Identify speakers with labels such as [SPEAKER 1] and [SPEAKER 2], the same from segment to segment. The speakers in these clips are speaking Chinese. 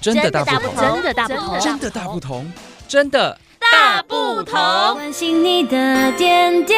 [SPEAKER 1] 真的大不
[SPEAKER 2] 不
[SPEAKER 1] 同，
[SPEAKER 2] 同
[SPEAKER 3] 真的大不同，
[SPEAKER 1] 真的大不同，真的
[SPEAKER 3] 大不同。
[SPEAKER 2] 关心你的点点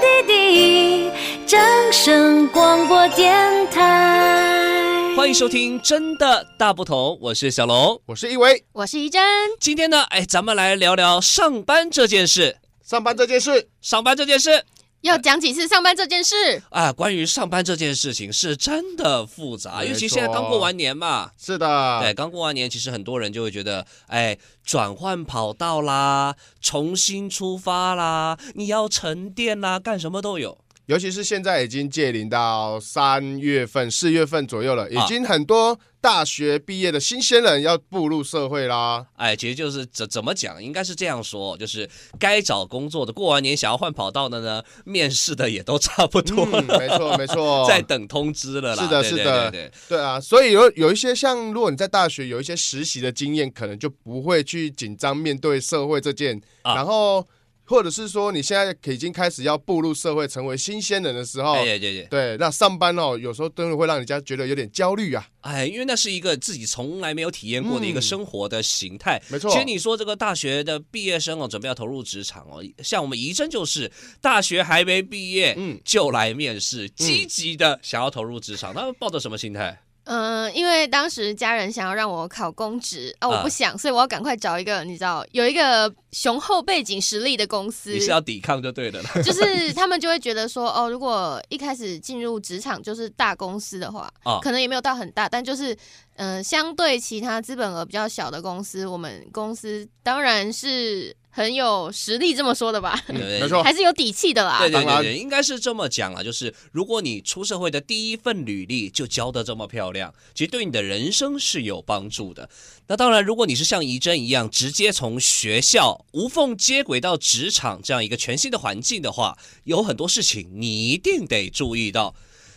[SPEAKER 2] 滴滴，掌声广播电台。
[SPEAKER 1] 欢迎收听《真的大不同》，我是小龙。
[SPEAKER 4] 我是一维。
[SPEAKER 3] 我是怡珍，
[SPEAKER 1] 今天呢，哎，咱们来聊聊上班这件事。
[SPEAKER 4] 上班这件事，
[SPEAKER 1] 上班这件事
[SPEAKER 3] 要讲几次上班这件事？
[SPEAKER 1] 啊，关于上班这件事情是真的复杂，
[SPEAKER 4] 没错啊
[SPEAKER 1] 尤其现在刚过完年嘛。
[SPEAKER 4] 是的，
[SPEAKER 1] 对，刚过完年，其实很多人就会觉得，哎，转换跑道啦，重新出发啦，你要沉淀啦，干什么都有。
[SPEAKER 4] 尤其是现在已经届临到三月份、四月份左右了，已
[SPEAKER 1] 啊
[SPEAKER 4] 经很多大学毕业的新鲜人要步入社 会啦。
[SPEAKER 1] 哎，其实就是怎怎么讲，应该是这样说，就是该找工作的过完年想要换跑道的呢，面试的也都差不多
[SPEAKER 4] 嗯，
[SPEAKER 1] 了，
[SPEAKER 4] 没错，没错，
[SPEAKER 1] 在等通知了啦。
[SPEAKER 4] 是的
[SPEAKER 1] 对
[SPEAKER 4] 是
[SPEAKER 1] 对
[SPEAKER 4] 的
[SPEAKER 1] 对对
[SPEAKER 4] 对啊，所以有有一些像，如果你在大学有一些实习的经验，可能就不会去紧张面对社会这件，
[SPEAKER 1] 啊
[SPEAKER 4] 然后或者是说你现在已经开始要步入社会，成为新鲜人的时候，
[SPEAKER 1] 哎对对对，
[SPEAKER 4] 对，那上班哦，有时候真的会让人家觉得有点焦虑啊。
[SPEAKER 1] 哎，因为那是一个自己从来没有体验过的一个
[SPEAKER 4] 嗯
[SPEAKER 1] 生活的形态。
[SPEAKER 4] 没错
[SPEAKER 1] 其实你说这个大学的毕业生哦，准备要投入职场哦，像我们怡珍就是大学还没毕业，嗯
[SPEAKER 4] 嗯，
[SPEAKER 1] 就来面试，积极的想要投入职场，他们抱着什么心态？
[SPEAKER 3] 嗯、因为当时家人想要让我考公职啊，我
[SPEAKER 1] 啊
[SPEAKER 3] 不想，所以我要赶快找一个你知道有一个雄厚背景实力的公司
[SPEAKER 1] 你。是要抵抗就对了啦。
[SPEAKER 3] 就是他们就会觉得说，哦，如果一开始进入职场就是大公司的话，
[SPEAKER 1] 啊
[SPEAKER 3] 可能也没有到很大，但就是，嗯、相对其他资本额比较小的公司，我们公司当然是很有实力，这么说的吧，
[SPEAKER 1] 对不对
[SPEAKER 4] 没错
[SPEAKER 3] 还是有底气的啦。
[SPEAKER 1] 哦对对
[SPEAKER 4] 当
[SPEAKER 1] 对
[SPEAKER 4] 然
[SPEAKER 1] 对，应该是这么讲啊，就是如果你出社会的第一份履历就交的这么漂亮，其实对你的人生是有帮助的。那当然，如果你是像怡珍一样直接从学校无缝接轨到职场这样一个全新的环境的话，有很多事情你一定得注意到。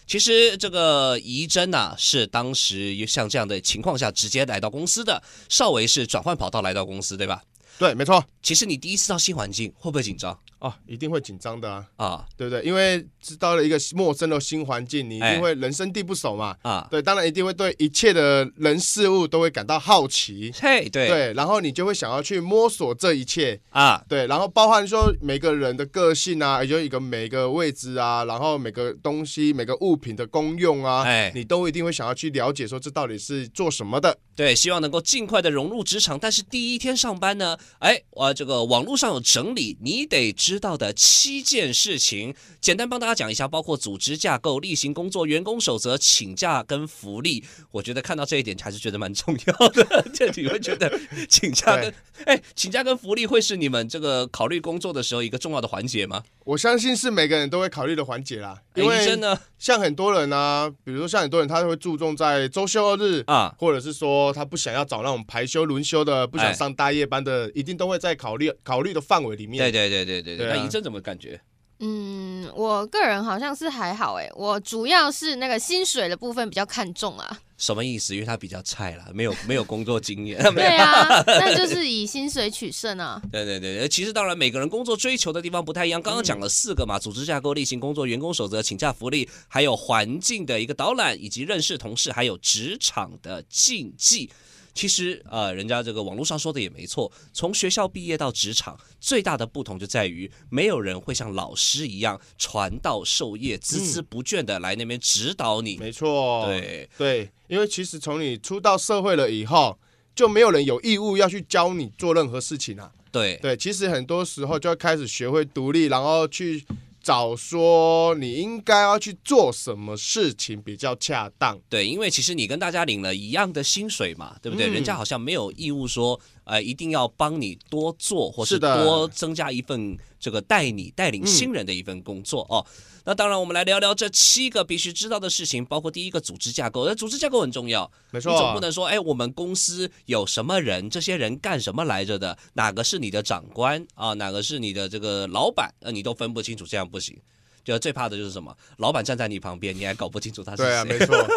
[SPEAKER 1] 其实这个怡珍呐、是当时像这样的情况下直接来到公司的，少维是转换跑道来到公司，对吧？
[SPEAKER 4] 对，没错。
[SPEAKER 1] 其实你第一次到新环境会不会紧张
[SPEAKER 4] 哦，一定会紧张的啊，
[SPEAKER 1] 啊
[SPEAKER 4] 对不对？因为知道了一个陌生的新环境，你一
[SPEAKER 1] 哎
[SPEAKER 4] 定会人生地不熟嘛。
[SPEAKER 1] 啊？
[SPEAKER 4] 对，当然一定会对一切的人事物都会感到好奇，
[SPEAKER 1] 嘿，对
[SPEAKER 4] 对，然后你就会想要去摸索这一切，
[SPEAKER 1] 啊，
[SPEAKER 4] 对，然后包含说每个人的个性啊，也就一个每个位置啊，然后每个东西、每个物品的功用啊，
[SPEAKER 1] 哎
[SPEAKER 4] 你都一定会想要去了解，说这到底是做什么的。
[SPEAKER 1] 对，希望能够尽快的融入职场。但是第一天上班呢，哎，我这个网络上有整理你得知道的七件事情，简单帮大家讲一下，包括组织架构、例行工作、员工守则、请假跟福利。我觉得看到这一点还是觉得蛮重要的， 这你会觉得请假跟哎，请假跟福利会是你们这个考虑工作的时候一个重要的环节吗？
[SPEAKER 4] 我相信是每个人都会考虑的环节啦，
[SPEAKER 1] 哎
[SPEAKER 4] 因
[SPEAKER 1] 医
[SPEAKER 4] 为
[SPEAKER 1] 生呢
[SPEAKER 4] 像很多人啊，比如说像很多人，他会注重在周休二日
[SPEAKER 1] 啊
[SPEAKER 4] 或者是说他不想要找那种排休轮休的，不
[SPEAKER 1] 哎
[SPEAKER 4] 想上大夜班的，一定都会在考虑考虑的范围里面。
[SPEAKER 1] 对对对对对对，
[SPEAKER 4] 对啊
[SPEAKER 1] 那医生怎么感觉？
[SPEAKER 3] 嗯，我个人好像是还好诶，我主要是那个薪水的部分比较看重啊。
[SPEAKER 1] 什么意思？因为他比较菜啦，没有没有工作经验，
[SPEAKER 3] 对啊，那就是以薪水取胜啊。
[SPEAKER 1] 对对对，其实当然每个人工作追求的地方不太一样。
[SPEAKER 4] 嗯
[SPEAKER 1] 刚刚讲了四个嘛，组织架构、例行工作、员工守则、请假福利，还有环境的一个导览，以及认识同事，还有职场的禁忌。其实，呃，人家这个网络上说的也没错。从学校毕业到职场，最大的不同就在于，没有人会像老师一样传道授业，孜孜不倦的来那边指导你。
[SPEAKER 4] 嗯没错，
[SPEAKER 1] 对
[SPEAKER 4] 对，因为其实从你出到社会了以后，就没有人有义务要去教你做任何事情啊。
[SPEAKER 1] 对
[SPEAKER 4] 对，其实很多时候就要开始学会独立，然后去找说你应该要去做什么事情比较恰当。
[SPEAKER 1] 对，因为其实你跟大家领了一样的薪水嘛，对不对？
[SPEAKER 4] 嗯
[SPEAKER 1] 人家好像没有义务说，呃，一定要帮你多做，或是
[SPEAKER 4] 是的嗯
[SPEAKER 1] 多增加一份这个带你带领新人的一份工作、哦。那当然，我们来聊聊这七个必须知道的事情，包括第一个组织架构，那组织架构很重要，
[SPEAKER 4] 没
[SPEAKER 1] 你总不
[SPEAKER 4] 错，
[SPEAKER 1] 能说，哎，我们公司有什么人，这些人干什么来着的？哪个是你的长官啊？哪个是你的这个老板？呃，你都分不清楚，这样不行。就最怕的就是什么？老板站在你旁边，你还搞不清楚他是谁。
[SPEAKER 4] 对啊，没错，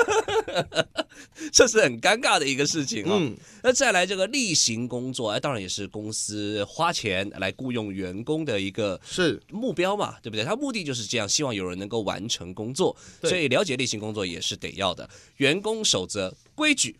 [SPEAKER 1] 这是很尴尬的一个事情啊、
[SPEAKER 4] 嗯，
[SPEAKER 1] 那再来这个例行工作，哎，当然也是公司花钱来雇佣员工的一个
[SPEAKER 4] 是
[SPEAKER 1] 目标嘛，对不对？它目的就是这样，希望有人能够完成工作，
[SPEAKER 4] 对
[SPEAKER 1] 所以了解例行工作也是得要的。员工守则规矩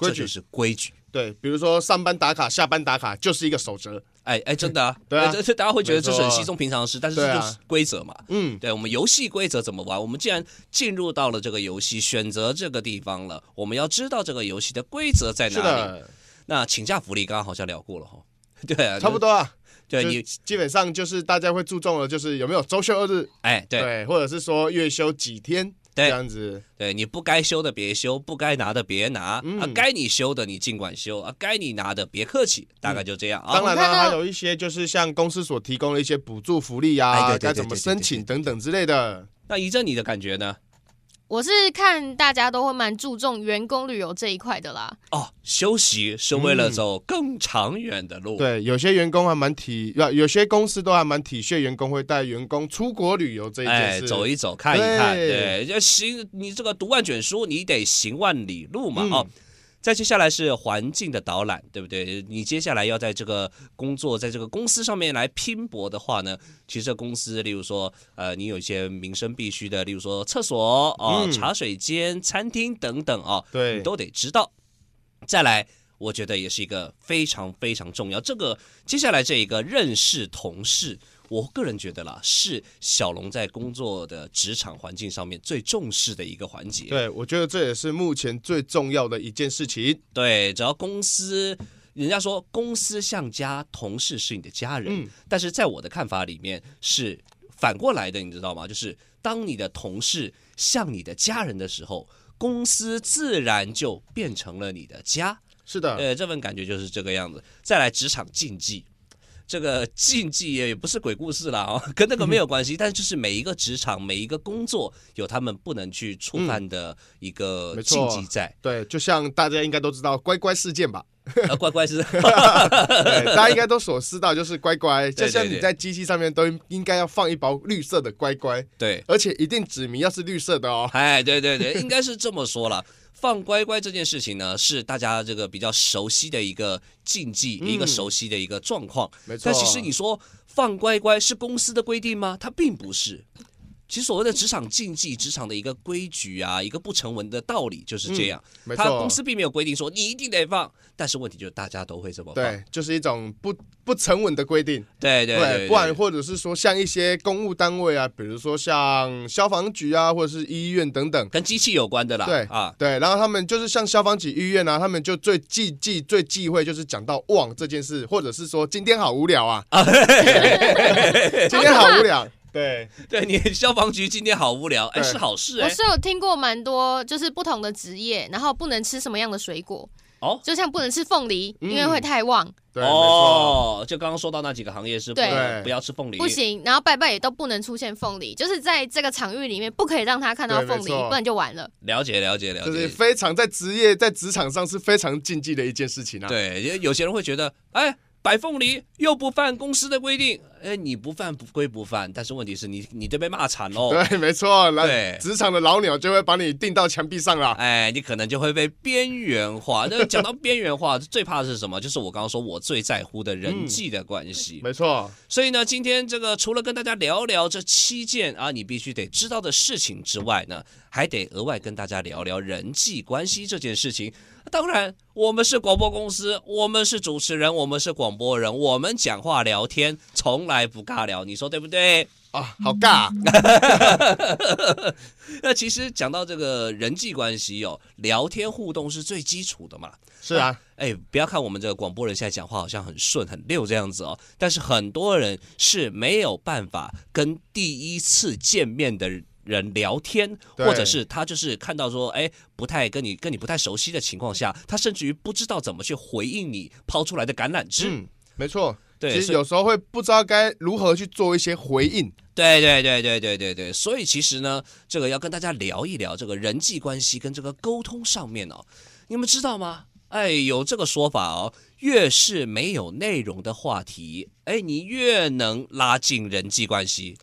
[SPEAKER 1] 这
[SPEAKER 4] 规矩
[SPEAKER 1] 就是规矩。
[SPEAKER 4] 对，比如说上班打卡、下班打卡就是一个守则。
[SPEAKER 1] 哎哎，真的啊，
[SPEAKER 4] 对啊
[SPEAKER 1] 哎这这大家会觉得这是很
[SPEAKER 4] 没错啊
[SPEAKER 1] 稀松平常的事，但是
[SPEAKER 4] 对
[SPEAKER 1] 这
[SPEAKER 4] 啊
[SPEAKER 1] 就是规则嘛。
[SPEAKER 4] 嗯，
[SPEAKER 1] 对我们游戏规则怎么玩？我们既然进入到了这个游戏，选择这个地方了，我们要知道这个游戏的规则在
[SPEAKER 4] 是
[SPEAKER 1] 哪里。
[SPEAKER 4] 的，
[SPEAKER 1] 那请假福利刚刚好像聊过了哈， 对啊，
[SPEAKER 4] 差不。多啊。
[SPEAKER 1] 对
[SPEAKER 4] 就
[SPEAKER 1] 你，
[SPEAKER 4] 基本上就是大家会注重的，就是有没有周休二日，
[SPEAKER 1] 哎，对
[SPEAKER 4] 对，或者是说月休几天这
[SPEAKER 1] 对
[SPEAKER 4] 样子。
[SPEAKER 1] 对，你不该休的别休，不该拿的别拿，
[SPEAKER 4] 嗯
[SPEAKER 1] 啊，该你休的你尽管休，啊，该你拿的别客气，大概就这样啊
[SPEAKER 4] 当。然
[SPEAKER 3] 我看
[SPEAKER 4] 啦，
[SPEAKER 3] 到
[SPEAKER 4] 还有一些就是像公司所提供的一些补助福利
[SPEAKER 1] 哎
[SPEAKER 4] 啊
[SPEAKER 1] 对对，对
[SPEAKER 4] 该怎么申请等等之类的。
[SPEAKER 1] 那一阵你的感觉呢？
[SPEAKER 3] 我是看大家都会蛮注重员工旅游这一块的啦，
[SPEAKER 1] 哦，休息是为了
[SPEAKER 4] 嗯
[SPEAKER 1] 走更长远的路。
[SPEAKER 4] 对，有些员工还蛮体，不有些公司都还蛮体恤员工会带员工出国旅游这一
[SPEAKER 1] 哎，
[SPEAKER 4] 件事。
[SPEAKER 1] 走一走，看一看，对
[SPEAKER 4] 对，
[SPEAKER 1] 要行，你这个读万卷书，你得行万里路嘛，
[SPEAKER 4] 嗯
[SPEAKER 1] 哦。再接下来是环境的导览，对不对？你接下来要在这个工作，在这个公司上面来拼搏的话呢，其实这公司，例如说，呃，你有一些民生必须的，例如说厕所哦、
[SPEAKER 4] 嗯
[SPEAKER 1] 茶水间、餐厅等等哦，你
[SPEAKER 4] 对，
[SPEAKER 1] 都得知道。再来，我觉得也是一个非常非常重要。这个接下来这一个认识同事，我个人觉得啦，是小龙在工作的职场环境上面最重视的一个环节。
[SPEAKER 4] 对，我觉得这也是目前最重要的一件事情。
[SPEAKER 1] 对，只要公司。人家说公司像家，同事是你的家人，
[SPEAKER 4] 嗯
[SPEAKER 1] 但是在我的看法里面是反过来的，你知道吗？就是当你的同事像你的家人的时候，公司自然就变成了你的家。
[SPEAKER 4] 是的，
[SPEAKER 1] 呃对，这份感觉就是这个样子。再来职场禁忌，这个禁忌也不是鬼故事啦，哦，跟那个没有关系。但就是每一个职场、每一个工作有他们不能去触犯的一个
[SPEAKER 4] 嗯没
[SPEAKER 1] 禁
[SPEAKER 4] 错
[SPEAKER 1] 忌在。
[SPEAKER 4] 对，就像大家应该都知道乖乖事件吧？
[SPEAKER 1] 呃，乖乖 是，
[SPEAKER 4] 对，大家应该都所知道，就是乖乖，
[SPEAKER 1] 对
[SPEAKER 4] 就像
[SPEAKER 1] 对
[SPEAKER 4] 你
[SPEAKER 1] 对
[SPEAKER 4] 在机器上面都应该要放一包绿色的乖乖，
[SPEAKER 1] 对，
[SPEAKER 4] 而且一定指明要是绿色的哦。
[SPEAKER 1] 哎，对对对，应该是这么说了。放乖乖这件事情呢，是大家这个比较熟悉的一个禁忌，一个
[SPEAKER 4] 嗯
[SPEAKER 1] 熟悉的一个状况。
[SPEAKER 4] 没错，
[SPEAKER 1] 但其实你说放乖乖是公司的规定吗？它并不是。其实所谓的职场禁忌、职场的一个规矩啊，一个不成文的道理就是这样。
[SPEAKER 4] 嗯没
[SPEAKER 1] 它
[SPEAKER 4] 错，
[SPEAKER 1] 公司并没有规定说你一定得放，但是问题就是大家都会这么放。
[SPEAKER 4] 对，就是一种不不成文的规定，
[SPEAKER 1] 啊对对对，
[SPEAKER 4] 不然或者是说像一些公务单位啊，比如说像消防局啊，或者是医院等等。
[SPEAKER 1] 跟机器有关的啦。
[SPEAKER 4] 对
[SPEAKER 1] 啊，
[SPEAKER 4] 对，然后他们就是像消防局、医院啊，他们就最忌忌、最忌讳就是讲到忘这件事，或者是说今天好无聊啊， 今天好无聊，对，
[SPEAKER 1] 对你消防局今天好无聊，哎，
[SPEAKER 4] 对
[SPEAKER 1] 是好事
[SPEAKER 3] 我
[SPEAKER 4] 欸
[SPEAKER 1] 哎。
[SPEAKER 3] 是有听过蛮多，就是不同的职业，然后不能吃什么样的水果，
[SPEAKER 1] 哦
[SPEAKER 3] 就像不能吃凤梨，
[SPEAKER 4] 嗯
[SPEAKER 3] 因为会太旺，
[SPEAKER 4] 对，
[SPEAKER 1] 哦，就刚刚说到那几个行业是不
[SPEAKER 3] 对
[SPEAKER 1] 能不要吃凤梨，
[SPEAKER 3] 不行，然后拜拜也都不能出现凤梨，就是在这个场域里面不可以让他看到
[SPEAKER 4] 对
[SPEAKER 3] 凤
[SPEAKER 4] 没
[SPEAKER 3] 梨，
[SPEAKER 4] 错
[SPEAKER 3] 不然就完了。
[SPEAKER 1] 了解了解了
[SPEAKER 4] 没
[SPEAKER 1] 解，
[SPEAKER 4] 错，就是非常在职业、在职场上是非常禁忌的一件事情啊。，
[SPEAKER 1] 对，有有些人会觉得，哎，摆凤梨又不犯公司的规定，哎，你不犯不归不犯，但是问题是你你都被骂惨喽。
[SPEAKER 4] 对，没错，
[SPEAKER 1] 对
[SPEAKER 4] 来职场的老鸟就会把你钉到墙壁上了。
[SPEAKER 1] 哎，你可能就会被边缘化。那讲到边缘化，最怕的是什么？就是我刚刚说我最在乎的人际的关系。
[SPEAKER 4] 没错，
[SPEAKER 1] 所以呢，今天这个除了跟大家聊聊这七件啊你必须得知道的事情之外呢，还得额外跟大家聊聊人际关系这件事情。啊当然，我们是广播公司，我们是主持人，我们是广播人，我们讲话聊天从来不尬聊，你说对不对？
[SPEAKER 4] 啊，好尬啊、
[SPEAKER 1] 那其实讲到这个人际关系哦，聊天互动是最基础的嘛。
[SPEAKER 4] 是啊，
[SPEAKER 1] 哎，不要看我们这个广播人现在讲话好像很顺很溜这样子哦，但是很多人是没有办法跟第一次见面的人聊天，
[SPEAKER 4] 对
[SPEAKER 1] 或者是他就是看到说，哎，不太跟你跟你不太熟悉的情况下，他甚至于不知道怎么去回应你抛出来的橄榄枝。
[SPEAKER 4] 嗯，没错。
[SPEAKER 1] 对
[SPEAKER 4] 其实
[SPEAKER 1] 所以
[SPEAKER 4] 有时候会不知道该如何去做一些回应。
[SPEAKER 1] 对对对对对对对，所以其实呢，这个要跟大家聊一聊这个人际关系跟这个沟通上面哦，你们知道吗？哎，有这个说法哦，越是没有内容的话题，哎，你越能拉近人际关系，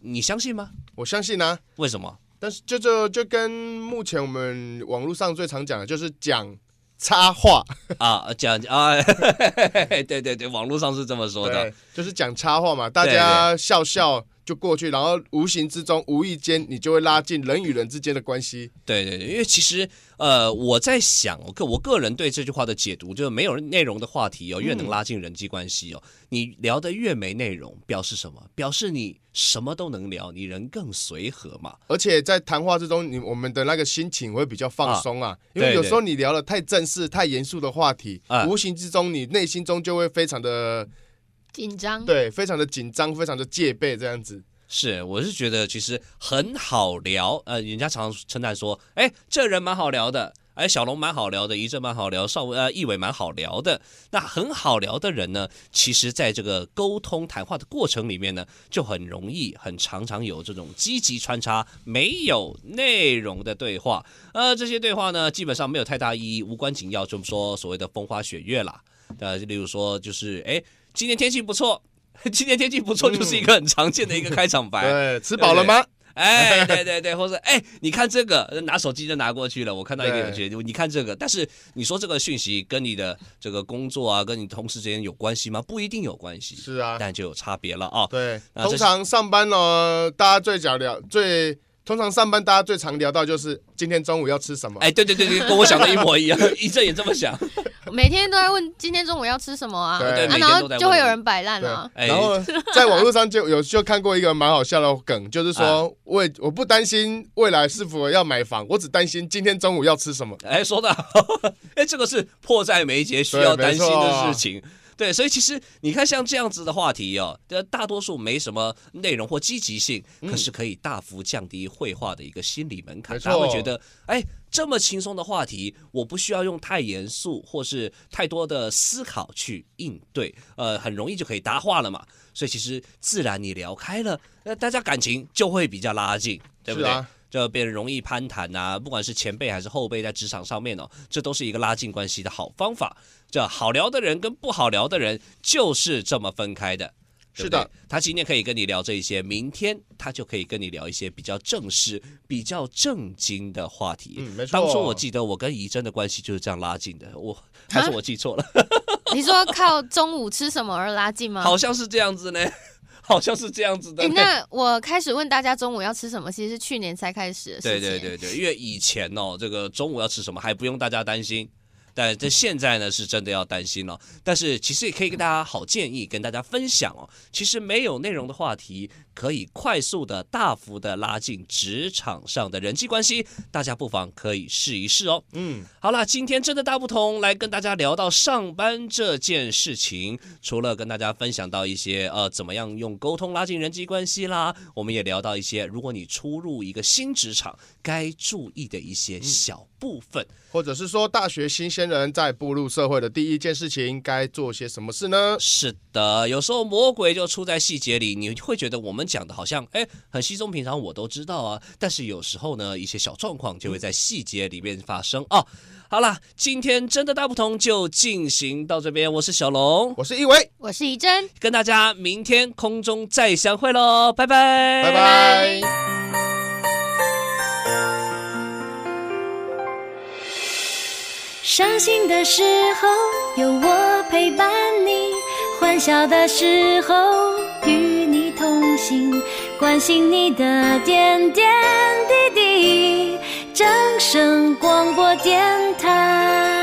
[SPEAKER 1] 你相信吗？
[SPEAKER 4] 我相信啊，
[SPEAKER 1] 为什么？
[SPEAKER 4] 但是就就就跟目前我们网络上最常讲的，就是讲插话，
[SPEAKER 1] 啊，讲啊， 对对对，网络上是这么说的
[SPEAKER 4] 对，，就是讲插话嘛，大家笑笑就过去，然后无形之中、无意间，你就会拉近人与人之间的关系。
[SPEAKER 1] 对对对，因为其实呃，我在想，我个我个人对这句话的解读，就是没有内容的话题哦，越能拉近人际关系哦。你聊的越没内容，表示什么？表示你什么都能聊，你人更随和嘛。
[SPEAKER 4] 而且在谈话之中，你我们的那个心情会比较放松啊，因为
[SPEAKER 1] 对
[SPEAKER 4] 有时候你聊了太正式、太严肃的话题，
[SPEAKER 1] 啊嗯
[SPEAKER 4] 无形之中你内心中就会非常的
[SPEAKER 3] 紧张，
[SPEAKER 4] 对，非常的紧张，非常的戒备这样子。
[SPEAKER 1] 是，我是觉得其实很好聊，呃，人家常称赞说，哎，这人蛮好聊的，哎，小龙蛮好聊的，一正蛮好聊，邵文呃易伟蛮好聊的。那很好聊的人呢，其实在这个沟通谈话的过程里面呢，就很容易很常常有这种积极穿插没有内容的对话，呃，这些对话呢，基本上没有太大意义，无关紧要，就说所谓的风花雪月啦，呃，例如说就是，哎，今天天气不错。 今天天气不错，就是一个很常见的一个开场白。
[SPEAKER 4] 对，吃饱了吗？
[SPEAKER 1] 哎，对对对，或者哎，你看这个，拿手机就拿过去了。我看到一个有趣，你看这个，但是你说这个讯息跟你的这个工作啊，跟你同事之间有关系吗？不一定有关系，
[SPEAKER 4] 是啊，
[SPEAKER 1] 但就有差别了啊。
[SPEAKER 4] 对，
[SPEAKER 1] 那这
[SPEAKER 4] 通
[SPEAKER 1] 是
[SPEAKER 4] 常上班哦，大家最早聊最。通常上班大家最常聊到就是今天中午要吃什么，
[SPEAKER 1] 哎，对对对对，跟我想的一模一样， 一正也这么想。
[SPEAKER 3] 每天都在问今天中午要吃什么啊，
[SPEAKER 4] 对对
[SPEAKER 3] 啊
[SPEAKER 1] 每
[SPEAKER 3] 然
[SPEAKER 1] 天
[SPEAKER 3] 后
[SPEAKER 1] 都在问
[SPEAKER 3] 就会有人摆烂啊，
[SPEAKER 1] 哎，
[SPEAKER 4] 然后呢在网络上就有就看过一个蛮好笑的 梗，就是说未我不担心未来是否要买房，我只担心今天中午要吃什么。
[SPEAKER 1] 哎，说的好， 哎，这个是迫在眉睫需要担心的事情。对，所以其实你看，像这样子的话题哦，呃，大多数没什么内容或积极性，可是可以大幅降低绘画的一个心理门槛。
[SPEAKER 4] 嗯没
[SPEAKER 1] 大家会
[SPEAKER 4] 错
[SPEAKER 1] 觉得，哎，这么轻松的话题，我不需要用太严肃或是太多的思考去应对，呃，很容易就可以搭话了嘛。所以其实自然你聊开了，那大家感情就会比较拉近，对不
[SPEAKER 4] 是
[SPEAKER 1] 对？
[SPEAKER 4] 啊
[SPEAKER 1] 就变得容易攀谈呐、不管是前辈还是后辈，在职场上面哦，这都是一个拉近关系的好方法。这好聊的人跟不好聊的人就是这么分开的。对不对
[SPEAKER 4] 是的，
[SPEAKER 1] 他今天可以跟你聊这一些，明天他就可以跟你聊一些比较正式、比较正经的话题。
[SPEAKER 4] 嗯没错
[SPEAKER 1] 当初我记得我跟怡珍的关系就是这样拉近的，我还是我记错了，
[SPEAKER 3] 你说靠中午吃什么而拉近吗？
[SPEAKER 1] 好像是这样子呢， 好像是这样子的
[SPEAKER 3] 哎、
[SPEAKER 1] 呢。
[SPEAKER 3] 那我开始问大家中午要吃什么，其实是去年才开始的事
[SPEAKER 1] 对
[SPEAKER 3] 情。
[SPEAKER 1] 对对对，因为以前哦，这个中午要吃什么还不用大家担心，但这现在呢是真的要担心了、但是其实也可以跟大家好建议，跟大家分享哦。其实没有内容的话题，可以快速的、大幅的拉近职场上的人际关系，大家不妨可以试一试哦。
[SPEAKER 4] 嗯，
[SPEAKER 1] 好啦，今天真的大不同，来跟大家聊到上班这件事情。除了跟大家分享到一些呃怎么样用沟通拉近人际关系啦，我们也聊到一些呃如果你初入一个新职场该注意的一些小部分。
[SPEAKER 4] 或者是说大学新鲜人在步入社会的第一件事情该做些什么事呢？
[SPEAKER 1] 是的，有时候魔鬼就出在细节里，你会觉得我们讲的好像哎很稀松平常，我都知道啊。但是有时候呢，一些小状况就会在细节里面发生哦。好啦，今天真的大不同就进行到这边，我是小龙。
[SPEAKER 4] 我是一维，
[SPEAKER 3] 我是怡珍，
[SPEAKER 1] 跟大家明天空中再相会喽，拜拜，
[SPEAKER 4] 拜拜。
[SPEAKER 2] 伤心的时候有我陪伴你，欢笑的时候与你同行，关心你的点点滴滴。掌声广播电台。